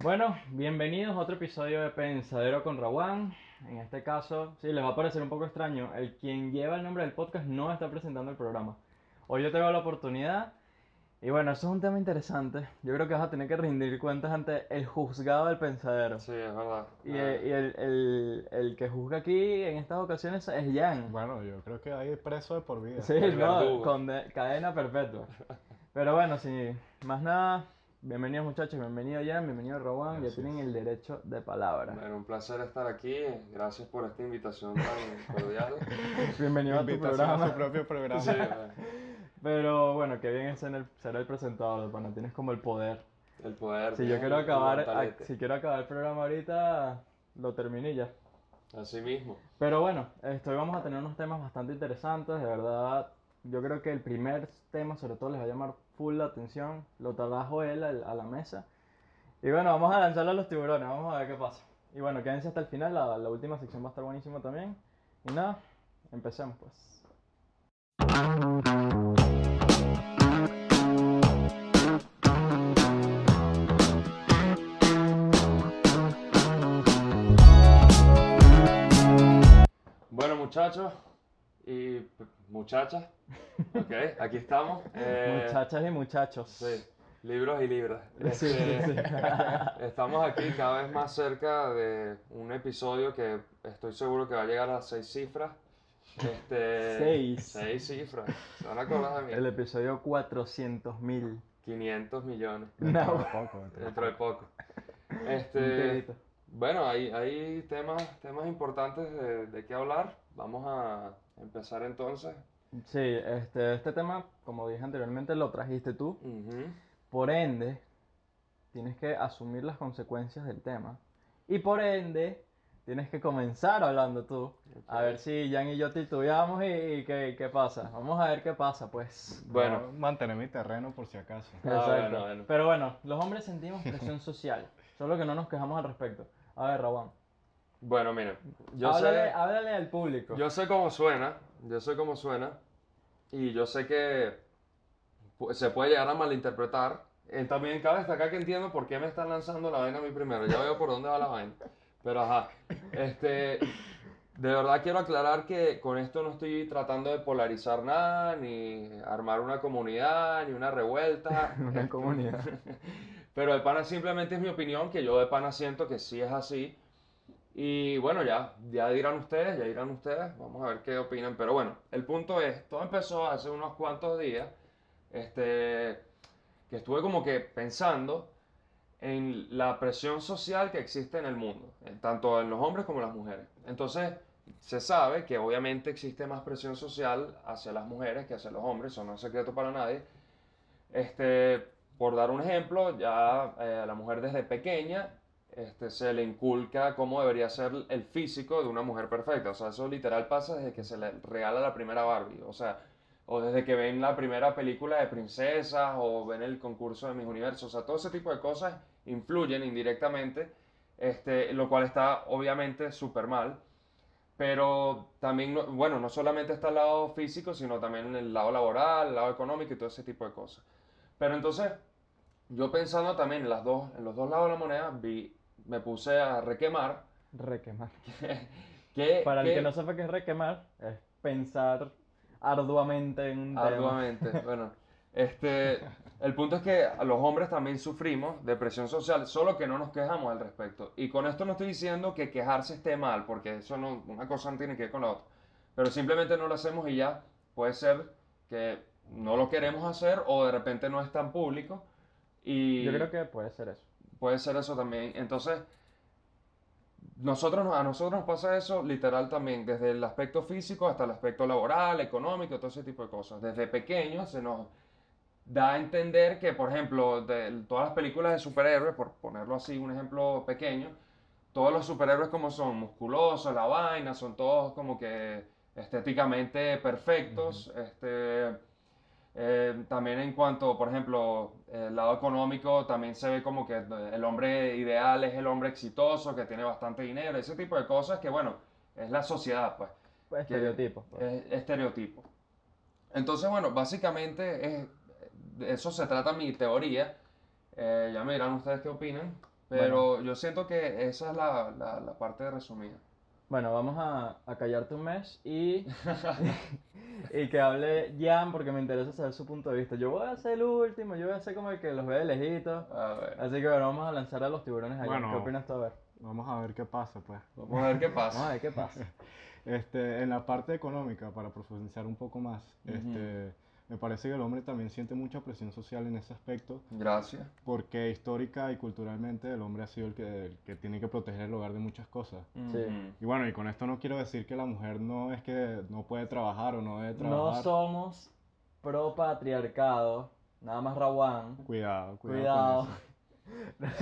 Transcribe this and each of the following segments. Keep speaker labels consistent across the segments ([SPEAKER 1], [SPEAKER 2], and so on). [SPEAKER 1] Bueno, bienvenidos a otro episodio de Pensadero con Rawan. En este caso, sí, les va a parecer un poco extraño. El quien lleva el nombre del podcast no está presentando el programa. Hoy yo tengo la oportunidad. Y bueno, eso es un tema interesante. Yo creo que vas a tener que rendir cuentas ante el juzgado del pensadero.
[SPEAKER 2] Sí, es verdad.
[SPEAKER 1] Y,
[SPEAKER 2] Eh,
[SPEAKER 1] eh, y el, el- el que juzga aquí en estas ocasiones es Jan.
[SPEAKER 3] Bueno, yo creo que hay preso de por vida.
[SPEAKER 1] Sí,
[SPEAKER 2] El
[SPEAKER 1] no,
[SPEAKER 2] verdugo.
[SPEAKER 1] con de- cadena perpetua. Pero bueno, sin más nada, bienvenidos muchachos, bienvenido Jan, bienvenido Rowan, ya
[SPEAKER 3] Gracias.
[SPEAKER 1] tienen el derecho de palabra.
[SPEAKER 2] Bueno, un placer estar aquí. Gracias por esta invitación tan cordial.
[SPEAKER 1] Bienvenido a tu
[SPEAKER 3] Invitación a su
[SPEAKER 1] programa.
[SPEAKER 3] propio programa.
[SPEAKER 2] Sí, eh,
[SPEAKER 1] Pero bueno, qué bien es ser el, ser el presentador, bueno, tienes como el poder.
[SPEAKER 2] el poder.
[SPEAKER 1] Si yo
[SPEAKER 2] bien,
[SPEAKER 1] quiero
[SPEAKER 2] el
[SPEAKER 1] acabar,
[SPEAKER 2] guantelete.
[SPEAKER 1] a- si quiero acabar el programa ahorita, lo terminé y ya.
[SPEAKER 2] Así mismo.
[SPEAKER 1] Pero bueno, este, hoy vamos a tener unos temas bastante interesantes, de verdad. Yo creo que el primer tema, sobre todo, les va a llamar full la atención. Lo trajo él al- a la mesa. Y bueno, vamos a lanzarlo a los tiburones, vamos a ver qué pasa. Y bueno, quédense hasta el final, la, la última sección va a estar buenísima también. Y nada, empecemos pues.
[SPEAKER 2] Bueno, muchachos y p- muchachas. Ok, aquí estamos. Eh,
[SPEAKER 1] Muchachas y muchachos.
[SPEAKER 2] Sí, libros y libras.
[SPEAKER 1] Sí, sí,
[SPEAKER 2] Este,
[SPEAKER 1] sí.
[SPEAKER 2] Estamos aquí cada vez más cerca de un episodio que estoy seguro que va a llegar a seis cifras. Este,
[SPEAKER 1] Seis.
[SPEAKER 2] Seis cifras. Se van a acordar de
[SPEAKER 1] El
[SPEAKER 2] mí.
[SPEAKER 1] episodio 400.000.
[SPEAKER 2] 500 millones
[SPEAKER 3] Dentro
[SPEAKER 1] No.
[SPEAKER 3] de poco, dentro de
[SPEAKER 2] dentro de poco. Este,
[SPEAKER 1] enterito.
[SPEAKER 2] bueno, hay, hay temas, temas importantes de, de qué hablar. Vamos a empezar entonces.
[SPEAKER 1] Sí, este, este tema, como dije anteriormente, lo trajiste tú.
[SPEAKER 2] Ujú.
[SPEAKER 1] Por ende, tienes que asumir las consecuencias del tema. Y por ende, tienes que comenzar hablando tú. A ver si Jan y yo titubeamos y, y qué, qué pasa. Vamos a ver qué pasa, pues.
[SPEAKER 3] poco.
[SPEAKER 2] Bueno.
[SPEAKER 3] Yo mantener mi terreno por si acaso.
[SPEAKER 2] Ah,
[SPEAKER 1] Exacto.
[SPEAKER 2] bueno, bueno.
[SPEAKER 1] Pero bueno, los hombres sentimos presión social. Solo que no nos quejamos al respecto. A ver, Rabán.
[SPEAKER 2] Bueno, mira, yo
[SPEAKER 1] háblale,
[SPEAKER 2] sé-
[SPEAKER 1] háblale al público.
[SPEAKER 2] Yo sé cómo suena, yo sé cómo suena, y yo sé que pu- se puede llegar a malinterpretar. Eh, También cabe destacar que entiendo por qué me están lanzando la vaina a mí primero, ya veo por dónde va la vaina. Pero ajá, este, de verdad quiero aclarar que con esto no estoy tratando de polarizar nada, ni armar una comunidad, ni una revuelta.
[SPEAKER 1] Una comunidad.
[SPEAKER 2] Pero de pana simplemente es mi opinión, que yo de pana siento que sí es así. Y bueno, ya, ya dirán ustedes, ya dirán ustedes, vamos a ver qué opinan. Pero bueno, el punto es, todo empezó hace unos cuantos días, este, que estuve como que pensando en la presión social que existe en el mundo, en- tanto en los hombres como en las mujeres. Entonces, se sabe que obviamente existe más presión social hacia las mujeres que hacia los hombres, eso no es secreto para nadie. Este, por dar un ejemplo, ya eh, a la mujer desde pequeña este, se le inculca cómo debería ser el físico de una mujer perfecta. O sea, eso literal pasa desde que se le regala la primera Barbie. O sea, o desde que ven la primera película de princesas o ven el concurso de Mis Universos. O sea, todo ese tipo de cosas influyen indirectamente, este, lo cual está obviamente súper mal. Pero también, no- bueno, no solamente está el lado físico, sino también el lado laboral, el lado económico y todo ese tipo de cosas. Pero entonces, yo pensando también en, las dos, en los dos lados de la moneda, vi, me puse a requemar
[SPEAKER 1] Requemar.
[SPEAKER 2] que,
[SPEAKER 1] Para el que
[SPEAKER 2] que-
[SPEAKER 1] no sepa qué es requemar, es pensar arduamente en un tema.
[SPEAKER 2] Arduamente, bueno. Este, el punto es que a los hombres también sufrimos de presión social, solo que no nos quejamos al respecto. Y con esto no estoy diciendo que quejarse esté mal, porque eso no, una cosa no tiene que ver con la otra. Pero simplemente no lo hacemos y ya puede ser que no lo queremos hacer o de repente no es tan público. Y
[SPEAKER 1] Yo creo que puede ser eso.
[SPEAKER 2] Puede ser eso también. Entonces, nosotros, nos- a nosotros nos pasa eso literal también, desde el aspecto físico hasta el aspecto laboral, económico, todo ese tipo de cosas. Desde pequeños se nos da a entender que, por ejemplo, de todas las películas de superhéroes, por ponerlo así, un ejemplo pequeño, todos los superhéroes como son musculosos, la vaina, son todos como que estéticamente perfectos, este... Eh, también en cuanto, por ejemplo, el lado económico, también se ve como que el hombre ideal es el hombre exitoso, que tiene bastante dinero, ese tipo de cosas que, bueno, es la sociedad, pues,
[SPEAKER 1] Pues,
[SPEAKER 2] Que-
[SPEAKER 1] Estereotipos. pues.
[SPEAKER 2] es estereotipo. Entonces, bueno, básicamente es, de eso se trata mi teoría. Eh, ya me dirán ustedes qué opinan. Pero yo siento que esa es la, la, la parte resumida.
[SPEAKER 1] Bueno, vamos a, a callarte un mes y, y que hable Jan porque me interesa saber su punto de vista. Yo voy a ser el último, yo voy a ser como el que los ve de lejitos.
[SPEAKER 2] A ver,
[SPEAKER 1] Así que bueno, vamos a lanzar a los tiburones allá.
[SPEAKER 3] Bueno.
[SPEAKER 1] ¿Qué opinas tú? A ver.
[SPEAKER 3] Vamos a ver qué pasa, pues.
[SPEAKER 2] vamos a ver qué
[SPEAKER 1] Vamos a
[SPEAKER 2] pasa.
[SPEAKER 1] ver qué pasa.
[SPEAKER 3] Este, en la parte económica, para profundizar un poco más, este, me parece que el hombre también siente mucha presión social en ese aspecto,
[SPEAKER 2] Gracias.
[SPEAKER 3] porque histórica y culturalmente el hombre ha sido el que, el que tiene que proteger el hogar de muchas cosas.
[SPEAKER 2] Ujú.
[SPEAKER 3] Y bueno, y con esto no quiero decir que la mujer no es que no puede trabajar o no debe
[SPEAKER 1] No
[SPEAKER 3] trabajar.
[SPEAKER 1] somos pro patriarcado, nada más Rawan.
[SPEAKER 3] Cuidado, cuidado
[SPEAKER 1] Cuidado.
[SPEAKER 3] con eso.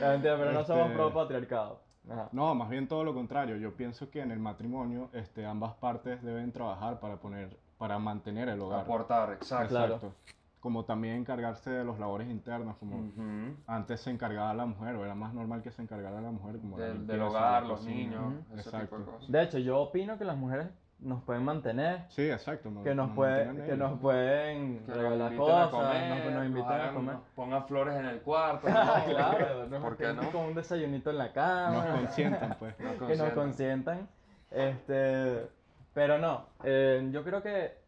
[SPEAKER 1] La mentira, pero no somos
[SPEAKER 3] Este-
[SPEAKER 1] pro patriarcado. Ajá.
[SPEAKER 3] No, más bien todo lo contrario. Yo pienso que en el matrimonio, este, ambas partes deben trabajar para poner, para mantener el hogar.
[SPEAKER 2] Aportar, exacto.
[SPEAKER 1] Claro.
[SPEAKER 3] Exacto. Como también encargarse de los labores internos, como
[SPEAKER 2] Ujú.
[SPEAKER 3] antes se encargaba la mujer, o era más normal que se encargara la mujer, como la
[SPEAKER 2] Del, del
[SPEAKER 3] limpieza, la
[SPEAKER 2] hogar, los
[SPEAKER 3] cocina.
[SPEAKER 2] niños,
[SPEAKER 1] Ujú.
[SPEAKER 2] ese
[SPEAKER 3] Exacto.
[SPEAKER 2] tipo de cosas.
[SPEAKER 1] De hecho, yo opino que las mujeres nos pueden mantener,
[SPEAKER 3] Sí, exacto. no-
[SPEAKER 1] que nos,
[SPEAKER 3] no
[SPEAKER 1] pueden,
[SPEAKER 3] mantienen
[SPEAKER 1] que
[SPEAKER 3] ellos.
[SPEAKER 1] nos pueden
[SPEAKER 2] Mm, Que nos
[SPEAKER 1] regalar
[SPEAKER 2] inviten
[SPEAKER 1] cosas,
[SPEAKER 2] a comer,
[SPEAKER 1] nos, nos invitan a
[SPEAKER 2] hagan-
[SPEAKER 1] comer.
[SPEAKER 2] nos pongan flores en el cuarto.
[SPEAKER 1] Ah,
[SPEAKER 2] ¿no?
[SPEAKER 1] claro, nos
[SPEAKER 2] ¿Por qué
[SPEAKER 1] atienden
[SPEAKER 2] no?
[SPEAKER 1] con un desayunito en la
[SPEAKER 3] Nos
[SPEAKER 1] cama,
[SPEAKER 3] consientan, pues.
[SPEAKER 2] Nos
[SPEAKER 1] que nos
[SPEAKER 2] consientan.
[SPEAKER 1] consientan. Este, pero no, eh, yo creo que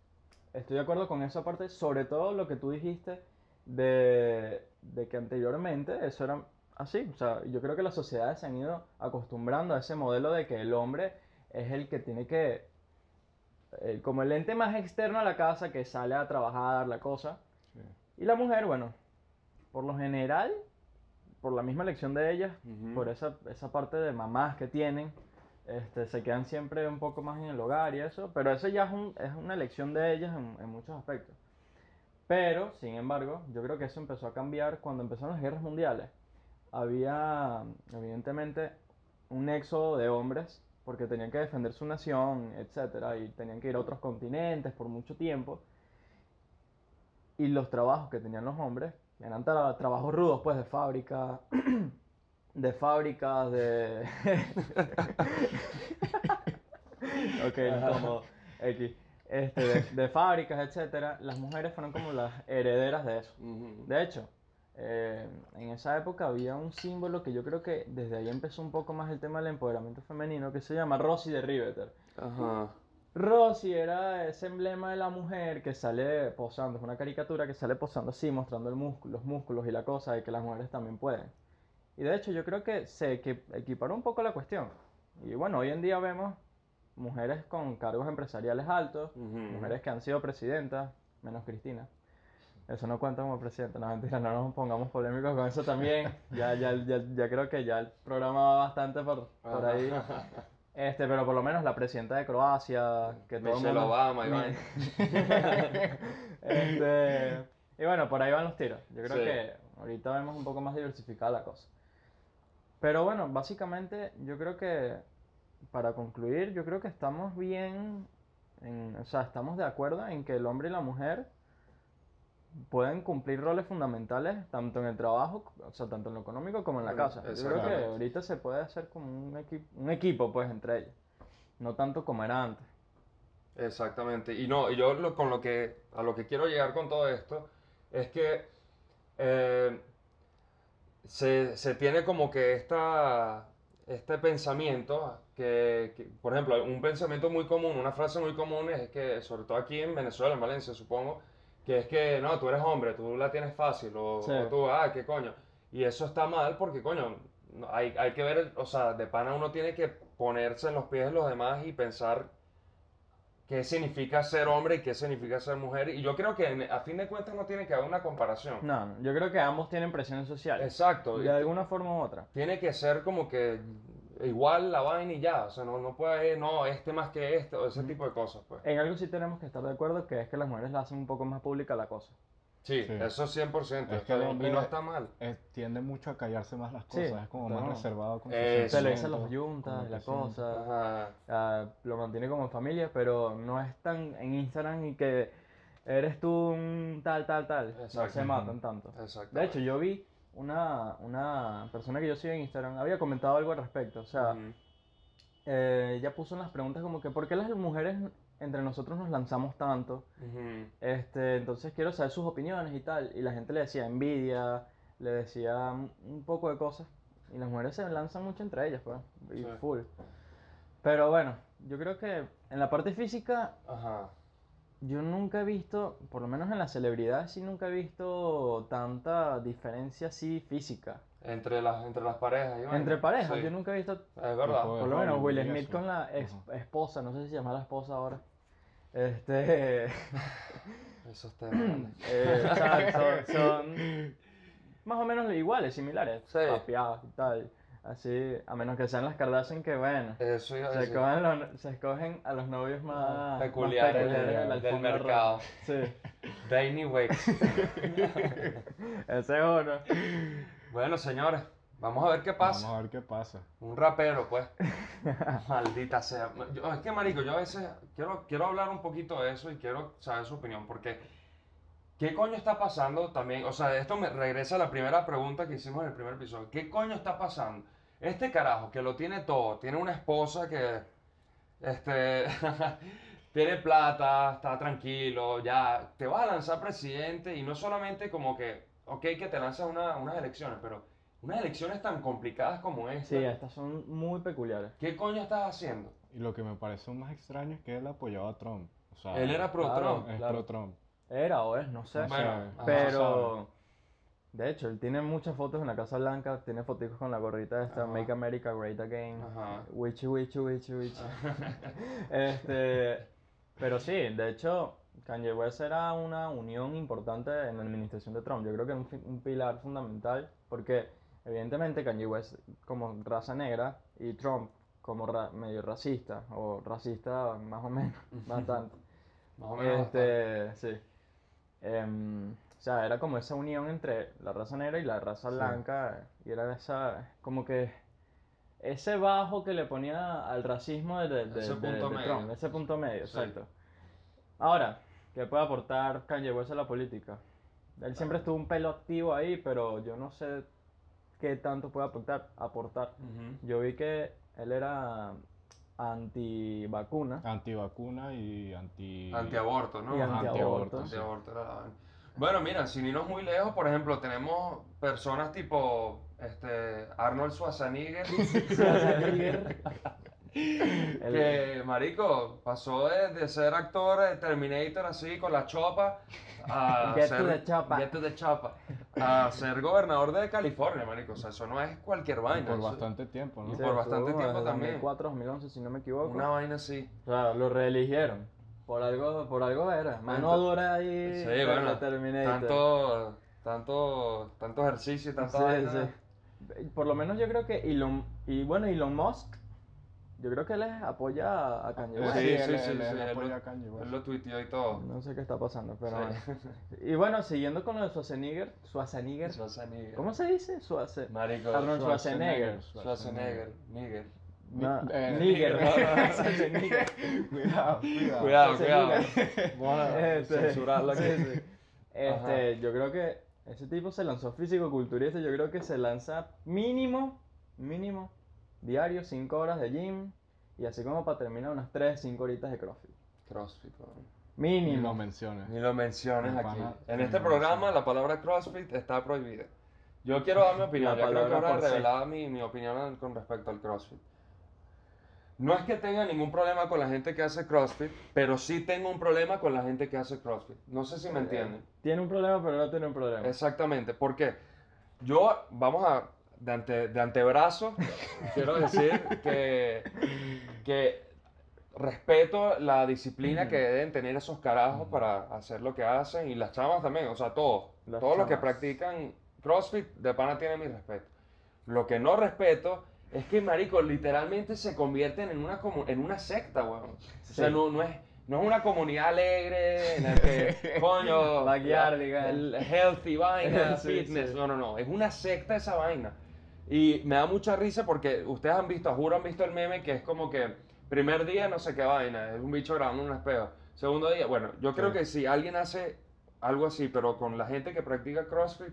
[SPEAKER 1] estoy de acuerdo con esa parte, sobre todo lo que tú dijiste de, de que anteriormente eso era así. O sea, yo creo que las sociedades se han ido acostumbrando a ese modelo de que el hombre es el que tiene que, eh, como el ente más externo a la casa, que sale a trabajar, la cosa.
[SPEAKER 3] Sí.
[SPEAKER 1] Y la mujer, bueno, por lo general, por la misma elección de ellas,
[SPEAKER 2] Ujú.
[SPEAKER 1] por esa, esa parte de mamás que tienen, este, se quedan siempre un poco más en el hogar y eso, pero eso ya es, un- es una elección de ellas en, en muchos aspectos. Pero, sin embargo, yo creo que eso empezó a cambiar cuando empezaron las guerras mundiales. Había, evidentemente, un éxodo de hombres porque tenían que defender su nación, etcétera, y tenían que ir a otros continentes por mucho tiempo. Y los trabajos que tenían los hombres eran tra- trabajos rudos, pues, de fábrica, de fábricas, de... ok, como X. Este, de, de fábricas, etcétera. Las mujeres fueron como las herederas de eso.
[SPEAKER 2] Ujú.
[SPEAKER 1] De hecho, eh, en esa época había un símbolo que yo creo que desde ahí empezó un poco más el tema del empoderamiento femenino, que se llama Rosy de Riveter.
[SPEAKER 2] Ajá.
[SPEAKER 1] Rosy era ese emblema de la mujer que sale posando, es una caricatura que sale posando así, mostrando el músculo, los músculos y la cosa de que las mujeres también pueden. Y de hecho yo creo que se equi- equiparó un poco la cuestión. Y bueno, hoy en día vemos mujeres con cargos empresariales altos,
[SPEAKER 2] Ujú.
[SPEAKER 1] mujeres que han sido presidentas, menos Cristina. Eso no cuenta como presidenta, no mentira, no nos pongamos polémicos con eso también. Ya, ya, ya, ya creo que ya el programa va bastante por, por ahí. Este, pero por lo menos la presidenta de Croacia, que todo el
[SPEAKER 2] Michelle
[SPEAKER 1] mundo-
[SPEAKER 2] Obama,
[SPEAKER 1] Mi-
[SPEAKER 2] Iván.
[SPEAKER 1] Este, y bueno, por ahí van los tiros. Yo creo
[SPEAKER 2] Sí.
[SPEAKER 1] que ahorita vemos un poco más diversificada la cosa. Pero bueno, básicamente yo creo que, para concluir, yo creo que estamos bien, en- o sea, estamos de acuerdo en que el hombre y la mujer pueden cumplir roles fundamentales tanto en el trabajo, o sea, tanto en lo económico como en la
[SPEAKER 2] Bueno,
[SPEAKER 1] casa. Yo creo que
[SPEAKER 2] exactamente.
[SPEAKER 1] ahorita se puede hacer como un, equi- un equipo, pues, entre ellos. No tanto como era antes.
[SPEAKER 2] Exactamente. Y no, y yo lo- con lo que, a lo que quiero llegar con todo esto es que eh, se, se tiene como que esta, este pensamiento, que, que, por ejemplo, un pensamiento muy común, una frase muy común es que, sobre todo aquí en Venezuela, en Valencia, supongo, que es que, no, tú eres hombre, tú la tienes fácil, o,
[SPEAKER 1] Sí.
[SPEAKER 2] o tú, ah, qué coño. Y eso está mal porque, coño, no, hay, hay que ver, el- o sea, de pana uno tiene que ponerse en los pies de los demás y pensar qué significa ser hombre y qué significa ser mujer. Y yo creo que en- a fin de cuentas no tiene que haber una comparación.
[SPEAKER 1] No, no, yo creo que ambos tienen presiones sociales.
[SPEAKER 2] Exacto. y
[SPEAKER 1] De alguna forma u otra.
[SPEAKER 2] Tiene que ser como que igual la vaina y ya. O sea, no, no puede, no, este más que este, o ese tipo de cosas, pues.
[SPEAKER 1] En algo sí tenemos que estar de acuerdo, que es que las mujeres la hacen un poco más pública la cosa.
[SPEAKER 2] Sí,
[SPEAKER 3] Sí.
[SPEAKER 2] eso 100%.
[SPEAKER 3] Es
[SPEAKER 2] está
[SPEAKER 3] que el
[SPEAKER 2] bien,
[SPEAKER 3] hombre-
[SPEAKER 2] y no está mal.
[SPEAKER 3] Eh, tiende mucho a callarse más las
[SPEAKER 1] Sí,
[SPEAKER 3] cosas, es como más
[SPEAKER 1] claro.
[SPEAKER 3] reservado con sus
[SPEAKER 2] Eh,
[SPEAKER 1] Se le
[SPEAKER 2] Eso.
[SPEAKER 1] dicen los
[SPEAKER 3] sentimientos, con
[SPEAKER 1] yuntas,
[SPEAKER 3] lo
[SPEAKER 1] la
[SPEAKER 3] que siente.
[SPEAKER 1] cosa.
[SPEAKER 2] Ajá.
[SPEAKER 1] ah, lo mantiene como en familia, pero no es tan en Instagram y que eres tú un tal, tal, tal. No se
[SPEAKER 2] Exacto.
[SPEAKER 1] matan tanto.
[SPEAKER 2] Exacto.
[SPEAKER 1] De hecho, yo vi una, una persona que yo sigo en Instagram, había comentado algo al respecto. O sea,
[SPEAKER 2] Ujú.
[SPEAKER 1] eh, ella puso unas preguntas como que, ¿por qué las mujeres entre nosotros nos lanzamos tanto?
[SPEAKER 2] Ujú.
[SPEAKER 1] Este, entonces quiero saber sus opiniones y tal. Y la gente le decía envidia, le decía un- un poco de cosas y las mujeres se lanzan mucho entre ellas, pues, y
[SPEAKER 2] Sí.
[SPEAKER 1] full. Pero bueno, yo creo que en la parte física
[SPEAKER 2] Ajá.
[SPEAKER 1] yo nunca he visto, por lo menos en la celebridad, sí nunca he visto tanta diferencia así física.
[SPEAKER 2] Entre las, entre las parejas. y vaina.
[SPEAKER 1] Entre parejas,
[SPEAKER 2] Sí,
[SPEAKER 1] yo nunca he visto,
[SPEAKER 2] Es verdad.
[SPEAKER 3] Ojo,
[SPEAKER 1] por lo menos
[SPEAKER 3] Hollywood
[SPEAKER 1] Will
[SPEAKER 3] y
[SPEAKER 1] Smith
[SPEAKER 3] eso.
[SPEAKER 1] con la es-
[SPEAKER 3] Ujú.
[SPEAKER 1] esposa, no sé si se llama la esposa ahora. Este,
[SPEAKER 2] Eso está grande.
[SPEAKER 1] eh, o sea, son, son más o menos iguales, similares,
[SPEAKER 2] Sí.
[SPEAKER 1] papeadas y tal. Así, a menos que sean las Kardashian que bueno,
[SPEAKER 2] Eso iba a
[SPEAKER 1] se
[SPEAKER 2] decir.
[SPEAKER 1] escogen, los- se escogen a los novios más más
[SPEAKER 2] Peculiares del-
[SPEAKER 1] peculiares de la
[SPEAKER 2] eh, del
[SPEAKER 1] alfombra roja.
[SPEAKER 2] mercado.
[SPEAKER 1] Sí,
[SPEAKER 2] Danny Wakes.
[SPEAKER 1] ese es uno.
[SPEAKER 2] bueno, señores, vamos a ver qué pasa.
[SPEAKER 3] Vamos a ver qué pasa.
[SPEAKER 2] Un rapero, pues. Maldita sea. Yo- es que, marico, yo a veces quiero, quiero hablar un poquito de eso y quiero saber su opinión, porque ¿qué coño está pasando también? O sea, esto me regresa a la primera pregunta que hicimos en el primer episodio. ¿Qué coño está pasando? Este carajo que lo tiene todo, tiene una esposa que, este, tiene plata, está tranquilo, ya, te vas a lanzar presidente y no solamente como que, ok, que te lanzas una- unas elecciones, pero unas elecciones tan complicadas como esta.
[SPEAKER 1] Sí, estas son muy peculiares.
[SPEAKER 2] ¿Qué coño estás haciendo?
[SPEAKER 3] Y lo que me parece más extraño es que él apoyaba a Trump. O sea,
[SPEAKER 2] Él era pro
[SPEAKER 1] claro.
[SPEAKER 2] Trump.
[SPEAKER 3] es
[SPEAKER 1] claro.
[SPEAKER 3] pro Trump.
[SPEAKER 1] Era o es, no sé.
[SPEAKER 3] No sé,
[SPEAKER 2] Bueno,
[SPEAKER 3] ajá.
[SPEAKER 2] ajá.
[SPEAKER 1] Pero, de hecho, él tiene muchas fotos en la Casa Blanca, tiene fotos con la gorrita esta,
[SPEAKER 2] Ajá.
[SPEAKER 1] Make America Great Again,
[SPEAKER 2] Ajá.
[SPEAKER 1] Wichi Wichi Wichi Wichi. Este, pero sí, de hecho, Kanye West era una unión importante en la administración de Trump. Yo creo que era un, fi- un pilar fundamental, porque evidentemente Kanye West como raza negra y Trump como ra- medio racista, o racista más o menos, bastante.
[SPEAKER 2] Más o menos. bastante.
[SPEAKER 1] Este, sí. Em, o sea, era como esa unión entre la raza negra y la raza
[SPEAKER 3] Sí.
[SPEAKER 1] blanca. Y era esa, como que ese bajo que le ponía al racismo de, de- de-
[SPEAKER 2] Ese
[SPEAKER 1] de-
[SPEAKER 2] punto
[SPEAKER 1] de
[SPEAKER 2] medio.
[SPEAKER 1] Trump, ese punto medio,
[SPEAKER 2] Sí.
[SPEAKER 1] exacto. Ahora, ¿qué puede aportar Kanye West a la política? Él siempre
[SPEAKER 2] Ah.
[SPEAKER 1] estuvo un pelo activo ahí, pero yo no sé qué tanto puede aportar. aportar.
[SPEAKER 2] Ujú.
[SPEAKER 1] Yo vi que él era antivacuna.
[SPEAKER 3] Antivacuna y anti...
[SPEAKER 2] Antiaborto, ¿no?
[SPEAKER 1] Y
[SPEAKER 2] Ajá.
[SPEAKER 1] antiaborto,
[SPEAKER 3] antiaborto,
[SPEAKER 1] sí.
[SPEAKER 2] Antiaborto era la vaina. Bueno, mira, sin irnos muy lejos, por ejemplo, tenemos personas tipo este, Arnold Schwarzenegger, que, marico, pasó de, de ser actor de Terminator así, con la chopa, a
[SPEAKER 1] Get to
[SPEAKER 2] ser...
[SPEAKER 1] the choppa.
[SPEAKER 2] Get to the choppa, A ser gobernador de California, marico. O sea, eso no es cualquier
[SPEAKER 3] Y
[SPEAKER 2] vaina.
[SPEAKER 3] por
[SPEAKER 2] eso-
[SPEAKER 3] bastante tiempo, ¿no?
[SPEAKER 2] Y por bastante tiempo también.
[SPEAKER 1] 2004, 2011, si no me equivoco.
[SPEAKER 2] Una vaina así.
[SPEAKER 1] O sea, lo reeligieron. Por algo, por algo era. Mano
[SPEAKER 2] Tanto-
[SPEAKER 1] dura ahí.
[SPEAKER 2] Sí,
[SPEAKER 1] pero
[SPEAKER 2] bueno,
[SPEAKER 1] la Terminator.
[SPEAKER 2] Tanto, tanto, tanto ejercicio y tanta
[SPEAKER 1] Sí,
[SPEAKER 2] vaina.
[SPEAKER 1] sí. Por lo menos yo creo que Elon, y bueno, Elon Musk, yo creo que les apoya a- a Kanye
[SPEAKER 3] Sí,
[SPEAKER 1] West.
[SPEAKER 2] Sí,
[SPEAKER 3] sí,
[SPEAKER 2] sí,
[SPEAKER 3] él-
[SPEAKER 2] sí,
[SPEAKER 3] él-
[SPEAKER 2] sí,
[SPEAKER 3] él
[SPEAKER 2] él
[SPEAKER 3] apoya
[SPEAKER 2] lo-
[SPEAKER 3] a Kanye West.
[SPEAKER 2] Él lo tuiteó y todo.
[SPEAKER 1] No sé qué está pasando, pero bueno.
[SPEAKER 2] Sí.
[SPEAKER 1] Y bueno, siguiendo con lo de Schwarzenegger, Schwarzenegger,
[SPEAKER 2] Schwarzenegger.
[SPEAKER 1] ¿cómo se dice? Schwarze-
[SPEAKER 2] Marico.
[SPEAKER 1] Arnold Schwarzenegger.
[SPEAKER 2] Schwarzenegger. Nigger.
[SPEAKER 1] No,
[SPEAKER 3] Eh,
[SPEAKER 1] Nigger, no, no, Schwarzenegger.
[SPEAKER 3] Cuidado, cuidado.
[SPEAKER 2] Cuidado, cuidado.
[SPEAKER 1] Schwarzenegger.
[SPEAKER 2] Vamos a
[SPEAKER 1] Este,
[SPEAKER 2] censurarlo aquí.
[SPEAKER 1] sí, sí.
[SPEAKER 2] Ajá.
[SPEAKER 1] Este, yo creo que ese tipo se lanzó físico-culturista, yo creo que se lanza mínimo, mínimo, diario, 5 horas de gym, y así como para terminar unas 3, 5 horitas de CrossFit.
[SPEAKER 2] CrossFit. weón.
[SPEAKER 3] Ni lo
[SPEAKER 1] Mínimo.
[SPEAKER 3] menciones.
[SPEAKER 2] Ni lo menciones
[SPEAKER 3] Mi
[SPEAKER 2] aquí.
[SPEAKER 3] pana,
[SPEAKER 2] En
[SPEAKER 3] ni
[SPEAKER 2] este
[SPEAKER 3] lo
[SPEAKER 2] programa
[SPEAKER 3] menciones.
[SPEAKER 2] la palabra CrossFit está prohibida. Yo quiero dar mi
[SPEAKER 1] La
[SPEAKER 2] opinión. Yo creo que
[SPEAKER 1] palabra
[SPEAKER 2] ahora
[SPEAKER 1] por sí.
[SPEAKER 2] revelada mi, mi opinión al- con respecto al CrossFit. No es que tenga ningún problema con la gente que hace CrossFit, pero sí tengo un problema con la gente que hace CrossFit. No sé si me entienden.
[SPEAKER 1] Eh, Tiene un problema, pero no tiene un problema.
[SPEAKER 2] Exactamente. ¿Por qué? Yo, vamos a, de, ante- de antebrazo, quiero decir que, que respeto la disciplina que deben tener esos carajos para hacer lo que hacen y las chavas también, o sea, todos.
[SPEAKER 1] Las
[SPEAKER 2] todos los que
[SPEAKER 1] chavas.
[SPEAKER 2] practican CrossFit, de pana tienen mi respeto. Lo que no respeto es que, marico, literalmente se convierten en una, comu- en una secta, weón. O sea,
[SPEAKER 1] Sí.
[SPEAKER 2] no, no es... No es una comunidad alegre en la que, coño,
[SPEAKER 1] Backyard,
[SPEAKER 2] la-
[SPEAKER 1] digan.
[SPEAKER 2] el- healthy vaina,
[SPEAKER 1] Sí,
[SPEAKER 2] fitness.
[SPEAKER 1] sí.
[SPEAKER 2] No, no, no. Es una secta esa vaina. Y me da mucha risa porque ustedes han visto, juro, han visto el meme que es como que primer día no sé qué vaina, es un bicho grabando un espejo. Segundo día, bueno, yo creo
[SPEAKER 3] Sí.
[SPEAKER 2] que si alguien hace algo así, pero con la gente que practica CrossFit,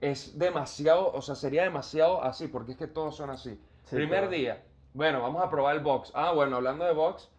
[SPEAKER 2] es demasiado, o sea, sería demasiado así, porque es que todos son así.
[SPEAKER 1] Sí,
[SPEAKER 2] primer
[SPEAKER 1] claro.
[SPEAKER 2] día, bueno, vamos a probar el box. Ah, bueno, hablando de box,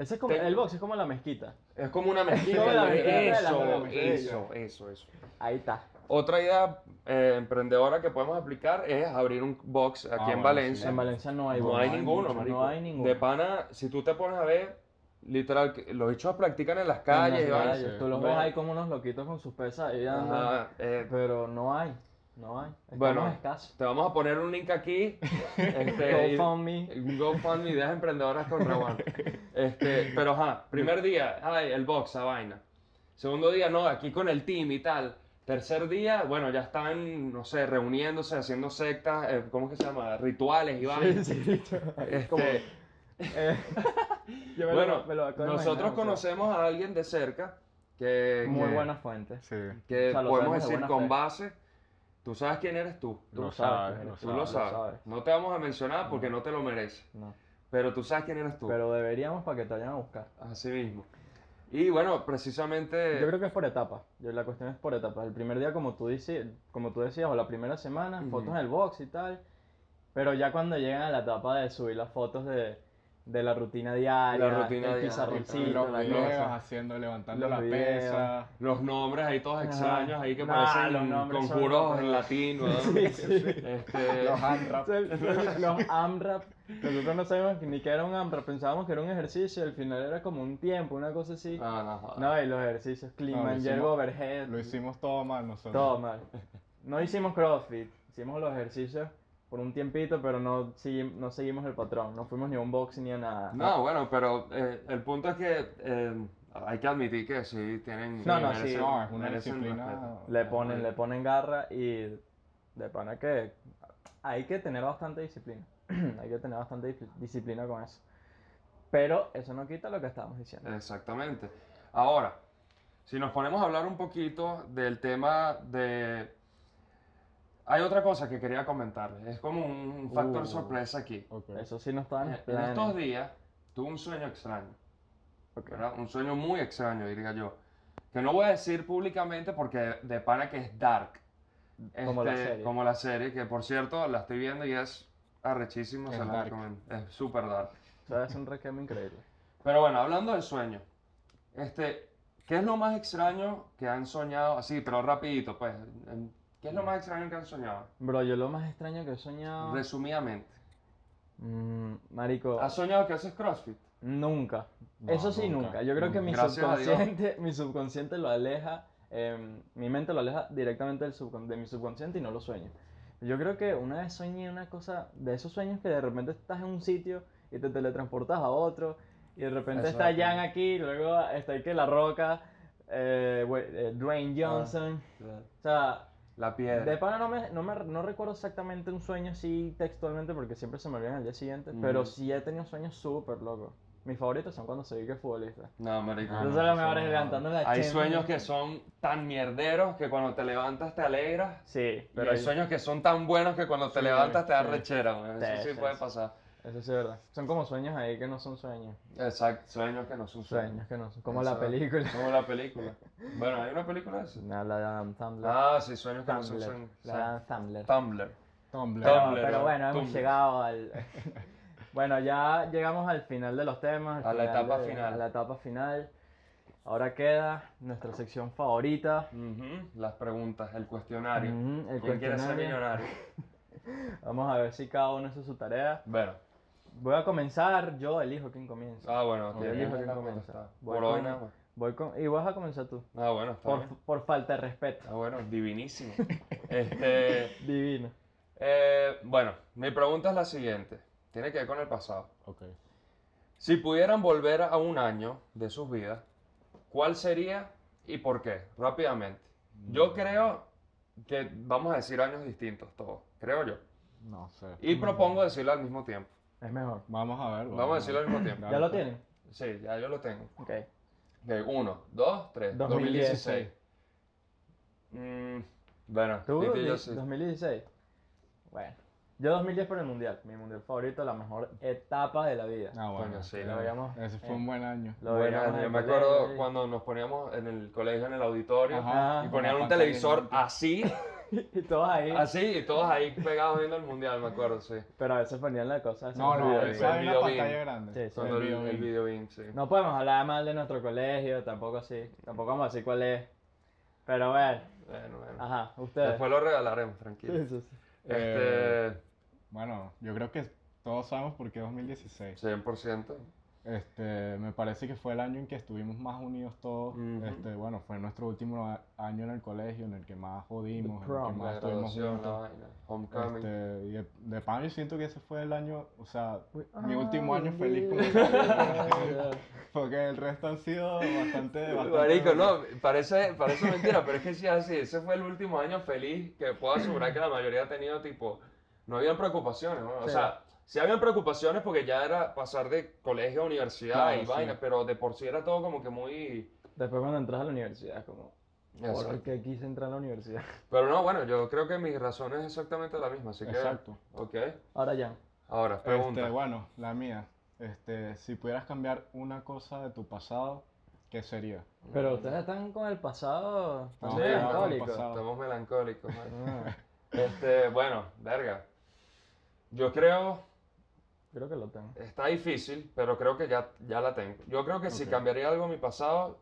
[SPEAKER 1] Ese es como,
[SPEAKER 2] Tengo-
[SPEAKER 1] el box es como la mezquita.
[SPEAKER 2] es como una mezquita.
[SPEAKER 1] como la mezquita de las
[SPEAKER 2] eso,
[SPEAKER 1] nueve,
[SPEAKER 2] eso, eso, eso.
[SPEAKER 1] Ahí está.
[SPEAKER 2] Otra idea eh, emprendedora que podemos aplicar es abrir un box aquí
[SPEAKER 3] Ah,
[SPEAKER 2] en
[SPEAKER 3] bueno,
[SPEAKER 2] Valencia.
[SPEAKER 1] En Valencia no hay
[SPEAKER 2] No
[SPEAKER 1] box.
[SPEAKER 2] hay ninguno,
[SPEAKER 1] mucho,
[SPEAKER 2] marico.
[SPEAKER 1] No hay ninguno.
[SPEAKER 2] De pana, si tú te pones a ver, literal, que los bichos practican en las calles,
[SPEAKER 1] En
[SPEAKER 2] y
[SPEAKER 1] las
[SPEAKER 2] van-
[SPEAKER 1] calles.
[SPEAKER 3] sí.
[SPEAKER 1] Tú los ves
[SPEAKER 2] Bueno.
[SPEAKER 1] ahí como unos loquitos con sus pesas ahí dando,
[SPEAKER 2] Ajá, eh,
[SPEAKER 1] Pero no hay. No hay. Estamos
[SPEAKER 2] Bueno.
[SPEAKER 1] escasos.
[SPEAKER 2] te vamos a poner un link aquí. este, y-
[SPEAKER 1] GoFundMe.
[SPEAKER 2] un GoFundMe, ideas emprendedoras con Rawan. Este, pero ajá, primer día, ay, el box, esa vaina. Segundo día, no, aquí con el team y tal. Tercer día, bueno, ya están, no sé, reuniéndose, haciendo sectas, eh, ¿cómo es que se llama? Rituales y vainas. Este,
[SPEAKER 1] Como- Eh, yo me lo-
[SPEAKER 2] bueno,
[SPEAKER 1] me lo acabo de
[SPEAKER 2] nosotros
[SPEAKER 1] imaginar, o sea,
[SPEAKER 2] conocemos a alguien de cerca que,
[SPEAKER 1] Muy
[SPEAKER 2] que-
[SPEAKER 1] buenas fuentes.
[SPEAKER 3] Sí,
[SPEAKER 2] que
[SPEAKER 1] O sea, lo
[SPEAKER 2] podemos
[SPEAKER 1] sabemos de
[SPEAKER 2] decir
[SPEAKER 1] buena
[SPEAKER 2] con
[SPEAKER 1] fe.
[SPEAKER 2] base. Tú sabes quién eres tú.
[SPEAKER 1] Tú
[SPEAKER 3] Lo sabes,
[SPEAKER 1] quién
[SPEAKER 3] lo
[SPEAKER 1] eres,
[SPEAKER 2] Tú lo sabes. No te vamos a mencionar porque no te lo mereces.
[SPEAKER 1] No.
[SPEAKER 2] Pero tú sabes quién eres tú.
[SPEAKER 1] Pero deberíamos para que te vayan a buscar.
[SPEAKER 2] Así mismo. Y bueno, precisamente.
[SPEAKER 1] Yo creo que es por etapas. Yo, la cuestión es por etapas. El primer día, como tú, dices, como tú decías, o la primera semana,
[SPEAKER 2] Ujú.
[SPEAKER 1] fotos en el box y tal. Pero ya cuando llegan a la etapa de subir las fotos de, de la rutina diaria,
[SPEAKER 2] La rutina
[SPEAKER 1] el
[SPEAKER 2] diaria,
[SPEAKER 1] pizarroncito,
[SPEAKER 3] los
[SPEAKER 1] la
[SPEAKER 3] videos
[SPEAKER 1] cosa.
[SPEAKER 3] haciendo, levantando
[SPEAKER 1] Los
[SPEAKER 3] la
[SPEAKER 1] videos.
[SPEAKER 3] pesa.
[SPEAKER 2] Los nombres ahí todos extraños, ahí que
[SPEAKER 1] Nah,
[SPEAKER 2] parecen
[SPEAKER 1] los nombres son
[SPEAKER 2] conjuros
[SPEAKER 1] otros.
[SPEAKER 2] en latín, ¿verdad?
[SPEAKER 1] Sí, sí.
[SPEAKER 2] Este,
[SPEAKER 3] Los handwraps.
[SPEAKER 1] Entonces, Los AMRAP, nosotros no sabíamos ni que era un AMRAP, pensábamos que era un ejercicio, al final era como un tiempo, una cosa así.
[SPEAKER 2] Ah, no, joder.
[SPEAKER 1] No, y los ejercicios, Kliman,
[SPEAKER 3] hicimos-
[SPEAKER 1] Jergo, Overhead,
[SPEAKER 3] Lo hicimos todo mal nosotros.
[SPEAKER 1] todo mal. No hicimos CrossFit, hicimos los ejercicios por un tiempito, pero no, sigui- no seguimos el patrón, no fuimos ni a un box ni a nada.
[SPEAKER 2] No, bueno, pero eh, el punto es que eh, hay que admitir que sí tienen.
[SPEAKER 1] No, no,
[SPEAKER 2] merecen-
[SPEAKER 1] sí.
[SPEAKER 3] No, es una
[SPEAKER 2] merecen
[SPEAKER 3] disciplina.
[SPEAKER 2] respeto.
[SPEAKER 1] Le ponen, le ponen garra y de pana que hay que tener bastante disciplina. hay que tener bastante dis- disciplina con eso. Pero eso no quita lo que estábamos diciendo.
[SPEAKER 2] Exactamente. Ahora, si nos ponemos a hablar un poquito del tema de... Hay otra cosa que quería comentarles. Es como un factor
[SPEAKER 3] Uh.
[SPEAKER 2] sorpresa aquí.
[SPEAKER 3] Ok.
[SPEAKER 1] Eso sí no estaba en los
[SPEAKER 2] Eh, En estos
[SPEAKER 1] planes.
[SPEAKER 2] días tuve un sueño extraño,
[SPEAKER 1] Ok.
[SPEAKER 2] ¿verdad? Un sueño muy extraño, diría yo. Que no voy a decir públicamente porque de pana que es dark.
[SPEAKER 1] Como la
[SPEAKER 2] Este,
[SPEAKER 1] serie.
[SPEAKER 2] Como la serie, que por cierto la estoy viendo y es arrechísimo.
[SPEAKER 3] Es
[SPEAKER 2] se la
[SPEAKER 3] dark.
[SPEAKER 2] recomiendo. Es súper dark.
[SPEAKER 1] O sea, es un requiem increíble.
[SPEAKER 2] Pero bueno, hablando del sueño, este, ¿qué es lo más extraño que han soñado? Así, pero rapidito, pues, em, ¿qué es
[SPEAKER 1] Mm.
[SPEAKER 2] lo más extraño que han soñado?
[SPEAKER 1] Bro, yo lo más extraño que he soñado.
[SPEAKER 2] Resumidamente.
[SPEAKER 1] Mm, marico,
[SPEAKER 2] ¿Has soñado que haces CrossFit?
[SPEAKER 1] nunca.
[SPEAKER 3] No,
[SPEAKER 1] Eso sí, nunca.
[SPEAKER 3] nunca,
[SPEAKER 1] Yo creo que mi
[SPEAKER 2] nunca. Gracias a Dios.
[SPEAKER 1] subconsciente, mi subconsciente lo aleja, em, mi mente lo aleja directamente del subcon- de mi subconsciente y no lo sueño. Yo creo que una vez soñé una cosa, de esos sueños que de repente estás en un sitio y te teletransportas a otro, y de repente
[SPEAKER 2] Eso
[SPEAKER 1] está
[SPEAKER 2] es
[SPEAKER 1] Jan
[SPEAKER 2] cool.
[SPEAKER 1] aquí, luego está ahí que La Roca, eh, we- eh, Dwayne
[SPEAKER 2] Ah.
[SPEAKER 1] Johnson. O sea,
[SPEAKER 2] La piedra.
[SPEAKER 1] de pana no me, no me- no recuerdo exactamente un sueño así textualmente porque siempre se me olvidan al día siguiente, pero
[SPEAKER 2] Ujú.
[SPEAKER 1] sí he tenido sueños súper locos. Mis favoritos son cuando soy que es futbolista.
[SPEAKER 2] No, marico.
[SPEAKER 3] Ah,
[SPEAKER 1] Entonces
[SPEAKER 3] no,
[SPEAKER 1] los
[SPEAKER 3] eso
[SPEAKER 1] mejores
[SPEAKER 3] no.
[SPEAKER 1] levantando la
[SPEAKER 2] Hay
[SPEAKER 1] Champions.
[SPEAKER 2] sueños que son tan mierderos que cuando te levantas te alegras.
[SPEAKER 1] Sí,
[SPEAKER 2] Pero
[SPEAKER 1] pero
[SPEAKER 2] hay
[SPEAKER 1] ahí-
[SPEAKER 2] sueños que son tan buenos que cuando te
[SPEAKER 1] Sí,
[SPEAKER 2] levantas te da
[SPEAKER 1] sí.
[SPEAKER 2] rechera, man. Eso
[SPEAKER 1] Sí,
[SPEAKER 2] sí
[SPEAKER 1] sí,
[SPEAKER 2] puede
[SPEAKER 1] sí.
[SPEAKER 2] pasar.
[SPEAKER 1] eso sí es verdad. Son como sueños ahí que no son sueños.
[SPEAKER 2] Exacto, sueños que no son
[SPEAKER 1] Sueños que no son. Como la
[SPEAKER 2] Eso-
[SPEAKER 1] película.
[SPEAKER 2] Como la película. Bueno, ¿hay una película de eso?
[SPEAKER 1] No, la de Adam Sandler.
[SPEAKER 2] Ah, sí, sueños que no son
[SPEAKER 1] Sandler.
[SPEAKER 2] sueños.
[SPEAKER 1] La de Adam Sandler.
[SPEAKER 2] Tumblr.
[SPEAKER 3] Tumblr.
[SPEAKER 1] Pero,
[SPEAKER 2] Tumblr,
[SPEAKER 1] pero
[SPEAKER 2] ¿no?
[SPEAKER 1] bueno, hemos
[SPEAKER 2] Tumblr.
[SPEAKER 1] llegado al. Bueno, ya llegamos al final de los temas. al
[SPEAKER 2] A la etapa
[SPEAKER 1] de-
[SPEAKER 2] final.
[SPEAKER 1] A la etapa final. Ahora queda nuestra sección favorita.
[SPEAKER 2] Ujú, Las preguntas, el cuestionario.
[SPEAKER 1] Ujú, el
[SPEAKER 2] ¿Quién quiere ser
[SPEAKER 1] cuestionario.
[SPEAKER 2] millonario?
[SPEAKER 1] Vamos a ver si cada uno hizo su tarea.
[SPEAKER 2] Bueno.
[SPEAKER 1] Voy a comenzar, yo elijo quién comienza.
[SPEAKER 2] Ah, bueno,
[SPEAKER 1] Yo
[SPEAKER 2] tienes
[SPEAKER 1] elijo quién
[SPEAKER 2] la
[SPEAKER 1] comienza.
[SPEAKER 2] contestada.
[SPEAKER 1] Voy
[SPEAKER 2] Por hoy
[SPEAKER 1] con-
[SPEAKER 2] nada más.
[SPEAKER 1] voy con- y vas a comenzar tú.
[SPEAKER 2] Ah, bueno, está
[SPEAKER 1] Por,
[SPEAKER 2] bien.
[SPEAKER 1] por falta de respeto.
[SPEAKER 2] Ah, bueno, divinísimo. este,
[SPEAKER 1] Divino.
[SPEAKER 2] eh, bueno, mi pregunta es la siguiente. Tiene que ver con el pasado.
[SPEAKER 3] Ok.
[SPEAKER 2] Si pudieran volver a un año de sus vidas, ¿cuál sería y por qué? Rápidamente.
[SPEAKER 1] Mm.
[SPEAKER 2] Yo creo que vamos a decir años distintos todos, creo yo.
[SPEAKER 3] No sé.
[SPEAKER 2] Y
[SPEAKER 1] Mm.
[SPEAKER 2] propongo decirlo al mismo tiempo.
[SPEAKER 1] Es mejor.
[SPEAKER 3] Vamos a ver.
[SPEAKER 2] Vamos a decirlo al mismo tiempo.
[SPEAKER 1] ¿Ya
[SPEAKER 3] Dale,
[SPEAKER 1] lo
[SPEAKER 3] pues.
[SPEAKER 1] tienen?
[SPEAKER 2] Sí, ya yo lo tengo.
[SPEAKER 1] Ok.
[SPEAKER 2] Ok, uno, dos, tres.
[SPEAKER 1] 2016.
[SPEAKER 2] 2016. Mm, bueno,
[SPEAKER 1] ¿Tú?
[SPEAKER 2] Titi, yo
[SPEAKER 1] Di-
[SPEAKER 2] sí.
[SPEAKER 1] 2016. Bueno. Yo 2010 por el mundial. Mi mundial favorito, la mejor etapa de la vida.
[SPEAKER 3] Ah, bueno.
[SPEAKER 2] Coño, sí,
[SPEAKER 3] eh,
[SPEAKER 1] lo veíamos,
[SPEAKER 3] Ese fue
[SPEAKER 1] eh.
[SPEAKER 3] un buen año.
[SPEAKER 1] Lo
[SPEAKER 2] Buen
[SPEAKER 1] veíamos
[SPEAKER 2] año.
[SPEAKER 1] en
[SPEAKER 2] Yo
[SPEAKER 1] el
[SPEAKER 2] me
[SPEAKER 1] colegio
[SPEAKER 2] acuerdo
[SPEAKER 1] y-
[SPEAKER 2] cuando nos poníamos en el colegio, en el auditorio,
[SPEAKER 1] Ajá.
[SPEAKER 2] y
[SPEAKER 1] con
[SPEAKER 2] ponían
[SPEAKER 3] la
[SPEAKER 2] un
[SPEAKER 3] pantalla
[SPEAKER 2] televisor
[SPEAKER 3] gigante.
[SPEAKER 2] así,
[SPEAKER 1] Y todos ahí.
[SPEAKER 2] así, y todos ahí pegados viendo el mundial, me acuerdo, sí.
[SPEAKER 1] Pero a veces ponían la cosa. así
[SPEAKER 3] No,
[SPEAKER 1] en el
[SPEAKER 3] no,
[SPEAKER 1] video.
[SPEAKER 2] esa- el
[SPEAKER 3] esa es una
[SPEAKER 2] video beam.
[SPEAKER 3] pantalla grande.
[SPEAKER 1] Sí, sí.
[SPEAKER 2] Cuando el,
[SPEAKER 3] video
[SPEAKER 2] el
[SPEAKER 3] beam.
[SPEAKER 2] video beam, sí.
[SPEAKER 1] No podemos hablar mal de nuestro colegio, tampoco así. Tampoco vamos a decir cuál es. Pero bueno.
[SPEAKER 2] Bueno, bueno.
[SPEAKER 3] Ah,
[SPEAKER 1] Ajá, ustedes.
[SPEAKER 2] Después lo regalaremos, tranquilo.
[SPEAKER 1] Sí, sí, sí.
[SPEAKER 2] Este,
[SPEAKER 3] Eh. Bueno, yo creo que todos sabemos por qué 2016.
[SPEAKER 2] 100%.
[SPEAKER 3] Este, me parece que fue el año en que estuvimos más unidos todos.
[SPEAKER 2] Ujú.
[SPEAKER 3] Este, bueno, fue nuestro último a- año en el colegio, en el que más jodimos, en el que
[SPEAKER 1] prom,
[SPEAKER 2] La
[SPEAKER 3] más estuvimos
[SPEAKER 2] graduación, la
[SPEAKER 3] juntos.
[SPEAKER 2] vaina. Homecoming.
[SPEAKER 3] Este, y de, de pan yo siento que ese fue el año, o sea, mi
[SPEAKER 1] are
[SPEAKER 3] último año feliz con
[SPEAKER 1] indeed.
[SPEAKER 3] porque el resto han sido bastante, bastante
[SPEAKER 2] Marico, no, parece, parece mentira, pero es que sí es así. Ese fue el último año feliz que puedo asegurar que la mayoría ha tenido, tipo, no habían preocupaciones, ¿no? O
[SPEAKER 1] Sí.
[SPEAKER 2] sea, sí habían preocupaciones porque ya era pasar de colegio a universidad
[SPEAKER 3] Claro,
[SPEAKER 2] y
[SPEAKER 3] sí.
[SPEAKER 2] vaina, pero de por sí era todo como que muy...
[SPEAKER 1] Después cuando entras a la universidad, como, ¿por qué quise entrar a la universidad?
[SPEAKER 2] Pero no, bueno, yo creo que mis razones es exactamente la misma, así que...
[SPEAKER 3] Exacto.
[SPEAKER 2] Ok,
[SPEAKER 1] Ahora ya.
[SPEAKER 2] ahora,
[SPEAKER 3] Este,
[SPEAKER 2] pregunta.
[SPEAKER 3] bueno, la mía. Este, si pudieras cambiar una cosa de tu pasado, ¿qué sería?
[SPEAKER 1] Pero ustedes están con el pasado tan
[SPEAKER 3] Estamos
[SPEAKER 2] sí,
[SPEAKER 3] pegados con el
[SPEAKER 1] melancólico.
[SPEAKER 3] pasado.
[SPEAKER 2] Estamos melancólicos, man.
[SPEAKER 1] Ah,
[SPEAKER 2] Este, bueno, verga. Yo creo,
[SPEAKER 1] creo que lo tengo.
[SPEAKER 2] está difícil, pero creo que ya, ya la tengo. Yo creo que si
[SPEAKER 3] Ok.
[SPEAKER 2] cambiaría algo en mi pasado,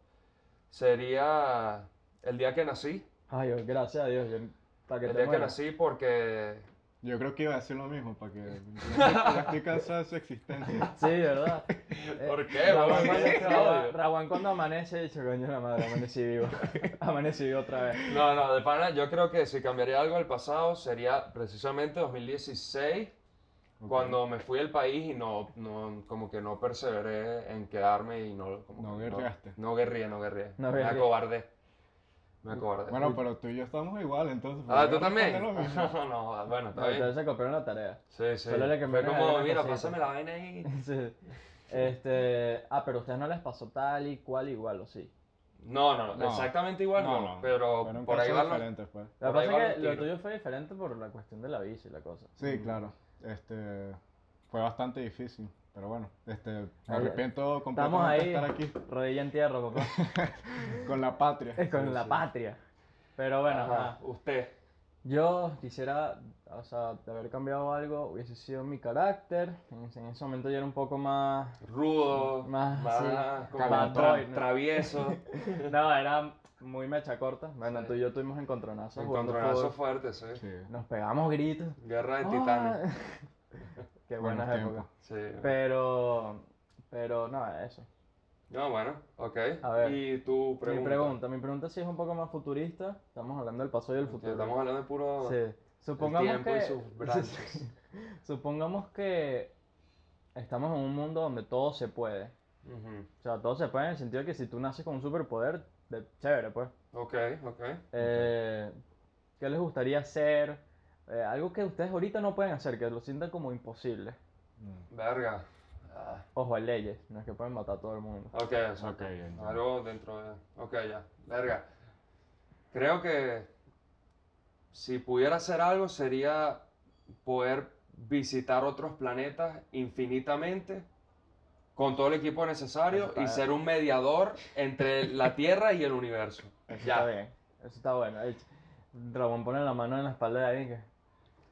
[SPEAKER 2] sería el día que nací.
[SPEAKER 1] Ay, Dios, gracias a Dios. yo- para que
[SPEAKER 2] El
[SPEAKER 1] te
[SPEAKER 2] día que
[SPEAKER 1] mueras.
[SPEAKER 2] nací porque...
[SPEAKER 3] Yo creo que iba a decir lo mismo, para que ya estoy cansado de su existencia.
[SPEAKER 1] Sí, ¿verdad? Eh,
[SPEAKER 2] ¿Por qué,
[SPEAKER 1] Raguán
[SPEAKER 2] weón?
[SPEAKER 1] cuando,
[SPEAKER 2] ¿Qué odio?
[SPEAKER 1] Raguán cuando amanece, dicho, coño, la madre, amanecí vivo. amanecí vivo otra vez.
[SPEAKER 2] No, no, de pana, yo creo que si cambiaría algo del pasado sería precisamente 2016,
[SPEAKER 3] Ok.
[SPEAKER 2] cuando me fui del país y no, no, como que no perseveré en quedarme y no... como
[SPEAKER 3] No
[SPEAKER 2] que
[SPEAKER 3] guerreaste.
[SPEAKER 2] No, guerría, no guerría.
[SPEAKER 1] No
[SPEAKER 2] me
[SPEAKER 1] guerreé.
[SPEAKER 2] acobardé. Me acobardé.
[SPEAKER 3] Bueno, pero tú y yo estamos igual, entonces.
[SPEAKER 2] Ah,
[SPEAKER 3] porque
[SPEAKER 2] ¿tú
[SPEAKER 3] yo
[SPEAKER 2] también?
[SPEAKER 3] respondo lo mismo.
[SPEAKER 2] no, ah, bueno, está bien.
[SPEAKER 1] Ustedes se copiaron la tarea.
[SPEAKER 2] Sí, sí.
[SPEAKER 1] Solo era que
[SPEAKER 2] Fue
[SPEAKER 1] menos
[SPEAKER 2] como,
[SPEAKER 1] era
[SPEAKER 2] mira,
[SPEAKER 1] cosita".
[SPEAKER 2] pásame la vaina ahí.
[SPEAKER 1] Sí. Este, ah, pero a ustedes no les pasó tal y cual igual, ¿o sí?
[SPEAKER 2] No, no,
[SPEAKER 3] No.
[SPEAKER 2] exactamente igual no, pero
[SPEAKER 3] fueron
[SPEAKER 2] por ahí
[SPEAKER 3] cosas
[SPEAKER 2] van los...
[SPEAKER 3] diferentes, pues.
[SPEAKER 1] Lo que
[SPEAKER 2] Por ahí va
[SPEAKER 1] pasa
[SPEAKER 2] el
[SPEAKER 1] es que lo
[SPEAKER 2] tiro.
[SPEAKER 1] tuyo fue diferente por la cuestión de la bici y la cosa.
[SPEAKER 2] Mm.
[SPEAKER 3] Sí, claro. Este, fue bastante difícil, pero bueno, este, me
[SPEAKER 1] Ahí-
[SPEAKER 3] arrepiento
[SPEAKER 1] Estamos
[SPEAKER 3] completamente
[SPEAKER 1] ahí,
[SPEAKER 3] de estar aquí
[SPEAKER 1] rodilla en tierra, papá.
[SPEAKER 3] con la patria.
[SPEAKER 1] Es con la patria. Pero bueno,
[SPEAKER 2] Ajá,
[SPEAKER 1] ajá.
[SPEAKER 2] usted.
[SPEAKER 1] Yo quisiera, o sea, de haber cambiado algo, hubiese sido mi carácter. En, ese- en ese momento yo era un poco más...
[SPEAKER 2] Rudo,
[SPEAKER 1] Más,
[SPEAKER 2] más
[SPEAKER 1] sí,
[SPEAKER 2] como
[SPEAKER 1] calentón,
[SPEAKER 2] tra-
[SPEAKER 1] ¿no?
[SPEAKER 2] travieso.
[SPEAKER 1] No, era muy mecha corta. Bueno,
[SPEAKER 2] Sí.
[SPEAKER 1] tú y yo tuvimos encontronazos. jugando
[SPEAKER 2] Encontronazo
[SPEAKER 1] fútbol.
[SPEAKER 2] fuerte, sí.
[SPEAKER 3] Sí,
[SPEAKER 1] Nos pegamos gritos.
[SPEAKER 2] Guerra de
[SPEAKER 1] ¡Ah!
[SPEAKER 2] titanes.
[SPEAKER 1] Qué
[SPEAKER 3] buenos
[SPEAKER 1] buenas
[SPEAKER 3] tiempos.
[SPEAKER 1] épocas.
[SPEAKER 2] Sí.
[SPEAKER 1] Pero, pero no, eso.
[SPEAKER 2] No, bueno, ok.
[SPEAKER 1] A ver.
[SPEAKER 2] Y tu pregunta.
[SPEAKER 1] Mi pregunta, mi pregunta sí es un poco más futurista. Estamos hablando del pasado y del
[SPEAKER 2] Que
[SPEAKER 1] futuro.
[SPEAKER 2] Estamos hablando de puro...
[SPEAKER 1] Sí. Supongamos
[SPEAKER 2] tiempo y
[SPEAKER 1] que.
[SPEAKER 2] sus branches.
[SPEAKER 1] Supongamos que estamos en un mundo donde todo se puede.
[SPEAKER 2] Ujú.
[SPEAKER 1] O sea, todo se puede en el sentido de que si tú naces con un superpoder, de, chévere, pues.
[SPEAKER 2] Ok, ok.
[SPEAKER 1] Eh, ¿Qué les gustaría hacer? Eh, algo que ustedes ahorita no pueden hacer, que lo sientan como imposible.
[SPEAKER 3] Mm.
[SPEAKER 2] Verga. Ah,
[SPEAKER 1] Ojo, hay leyes, no es que pueden matar a todo el mundo.
[SPEAKER 2] Ok, exacto.
[SPEAKER 3] Ok, entiendo.
[SPEAKER 2] Algo dentro de... Ok, ya. Verga. Creo que si pudiera hacer algo sería poder visitar otros planetas infinitamente con todo el equipo
[SPEAKER 1] Eso
[SPEAKER 2] necesario
[SPEAKER 1] está
[SPEAKER 2] y
[SPEAKER 1] bien.
[SPEAKER 2] ser un mediador entre la Tierra y el universo.
[SPEAKER 1] Eso está
[SPEAKER 2] Ya.
[SPEAKER 1] bien, eso está bueno. El dragón pone la mano en la espalda de alguien que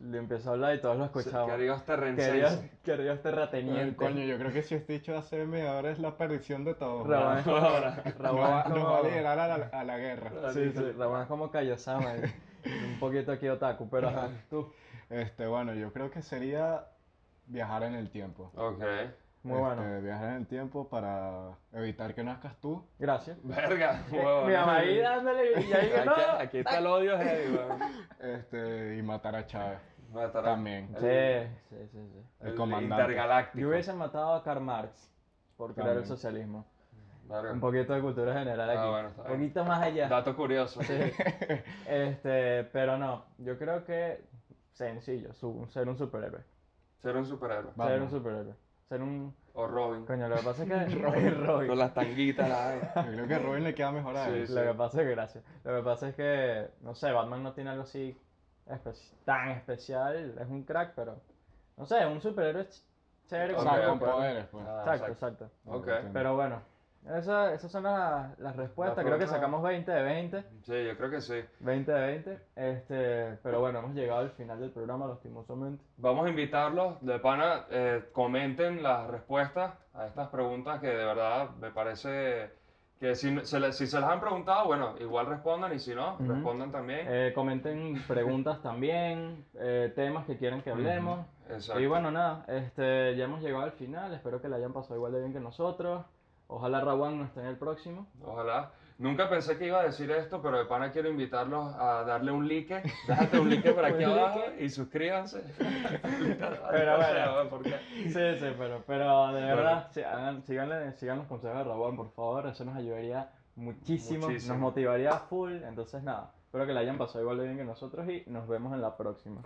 [SPEAKER 1] le empieza a hablar y todos lo escuchamos.
[SPEAKER 2] Queridos
[SPEAKER 1] Que Dios,
[SPEAKER 2] terrenses.
[SPEAKER 1] que Dios te
[SPEAKER 3] Eh, Coño,
[SPEAKER 1] reteniente.
[SPEAKER 3] yo creo que si este dicho hace media hora es la perdición de todos. ¿no?
[SPEAKER 1] Rabán es como,
[SPEAKER 3] Nos
[SPEAKER 1] Rabán
[SPEAKER 3] va,
[SPEAKER 1] es
[SPEAKER 3] nos
[SPEAKER 1] como-
[SPEAKER 3] va a liderar a la, a la guerra.
[SPEAKER 1] sí, sí, Rabán es como Kaiosama, eh. un poquito aquí otaku, pero ajá, tú,
[SPEAKER 3] Este, bueno, yo creo que sería viajar en el tiempo.
[SPEAKER 2] Ok.
[SPEAKER 1] muy
[SPEAKER 3] Este,
[SPEAKER 1] bueno.
[SPEAKER 3] Viajar en el tiempo para evitar que nazcas tú.
[SPEAKER 1] Gracias.
[SPEAKER 2] Verga. huevón.
[SPEAKER 1] Mi mamá ahí dándole y ahí que
[SPEAKER 2] Aquí,
[SPEAKER 1] no.
[SPEAKER 2] aquí está el odio heavy, weón.
[SPEAKER 3] Este, y matar a Chávez.
[SPEAKER 2] Matará.
[SPEAKER 3] También.
[SPEAKER 1] Sí, sí, sí, sí.
[SPEAKER 3] El
[SPEAKER 2] El
[SPEAKER 3] comandante.
[SPEAKER 1] Yo
[SPEAKER 2] intergaláctico.
[SPEAKER 1] hubiese matado a Karl Marx por crear el
[SPEAKER 3] También.
[SPEAKER 1] socialismo.
[SPEAKER 2] Verga.
[SPEAKER 1] Un poquito de cultura general
[SPEAKER 2] Ah,
[SPEAKER 1] aquí.
[SPEAKER 2] bueno, está
[SPEAKER 1] un
[SPEAKER 2] bien.
[SPEAKER 1] poquito más allá.
[SPEAKER 2] Dato curioso.
[SPEAKER 1] Sí. Este, pero no, yo creo que sencillo, su- ser un superhéroe.
[SPEAKER 2] Ser un superhéroe.
[SPEAKER 1] Ser un
[SPEAKER 3] Vamos.
[SPEAKER 1] superhéroe. Ser un.
[SPEAKER 2] O Robin.
[SPEAKER 1] Coño, lo que pasa es que. Robin, Robin.
[SPEAKER 2] Con las tanguitas, la vaina.
[SPEAKER 3] Yo creo que a Robin le queda mejor a
[SPEAKER 2] Sí,
[SPEAKER 3] él.
[SPEAKER 1] Lo que pasa es que, gracias. Lo que pasa es que, no sé, Batman no tiene algo así espe- tan especial. Es un crack, pero. No sé, un superhéroe es chévere.
[SPEAKER 3] O
[SPEAKER 1] con
[SPEAKER 3] sea,
[SPEAKER 2] Ok,
[SPEAKER 3] con
[SPEAKER 2] ok.
[SPEAKER 3] poderes, pues.
[SPEAKER 2] Ah,
[SPEAKER 1] Exacto,
[SPEAKER 2] exacto.
[SPEAKER 1] exacto.
[SPEAKER 2] Ok.
[SPEAKER 3] Entiendo.
[SPEAKER 1] Pero bueno, esa- esas son las, las respuestas. Creo que
[SPEAKER 2] pregunta-
[SPEAKER 1] sacamos 20 de 20.
[SPEAKER 2] Sí, yo creo que sí.
[SPEAKER 1] 20 de 20. Este, pero bueno, hemos llegado al final del programa, lastimosamente.
[SPEAKER 2] Vamos a invitarlos, de pana, eh, comenten las respuestas a estas preguntas que de verdad me parece Que si no- se, le- si se las han preguntado, bueno, igual respondan y si no,
[SPEAKER 1] Ujú.
[SPEAKER 2] respondan también.
[SPEAKER 1] Eh, comenten preguntas también, eh, temas que quieran que hablemos.
[SPEAKER 2] Exacto.
[SPEAKER 1] Y bueno, nada, este, ya hemos llegado al final. Espero que la hayan pasado igual de bien que nosotros. Ojalá Rawan no esté en el próximo.
[SPEAKER 2] Ojalá. Nunca pensé que iba a decir esto, pero de pana quiero invitarlos a darle un like. Déjate un like por aquí abajo y suscríbanse.
[SPEAKER 1] Pero bueno.
[SPEAKER 2] ¿por qué?
[SPEAKER 1] Sí, sí, pero, pero de
[SPEAKER 2] Claro.
[SPEAKER 1] verdad, sí, hagan- síganle- sigan los consejos de Rawan, por favor. Eso nos ayudaría muchísimo,
[SPEAKER 2] Muchísimo.
[SPEAKER 1] nos motivaría a full. Entonces, nada, espero que la hayan pasado igual de bien que nosotros y nos vemos en la próxima.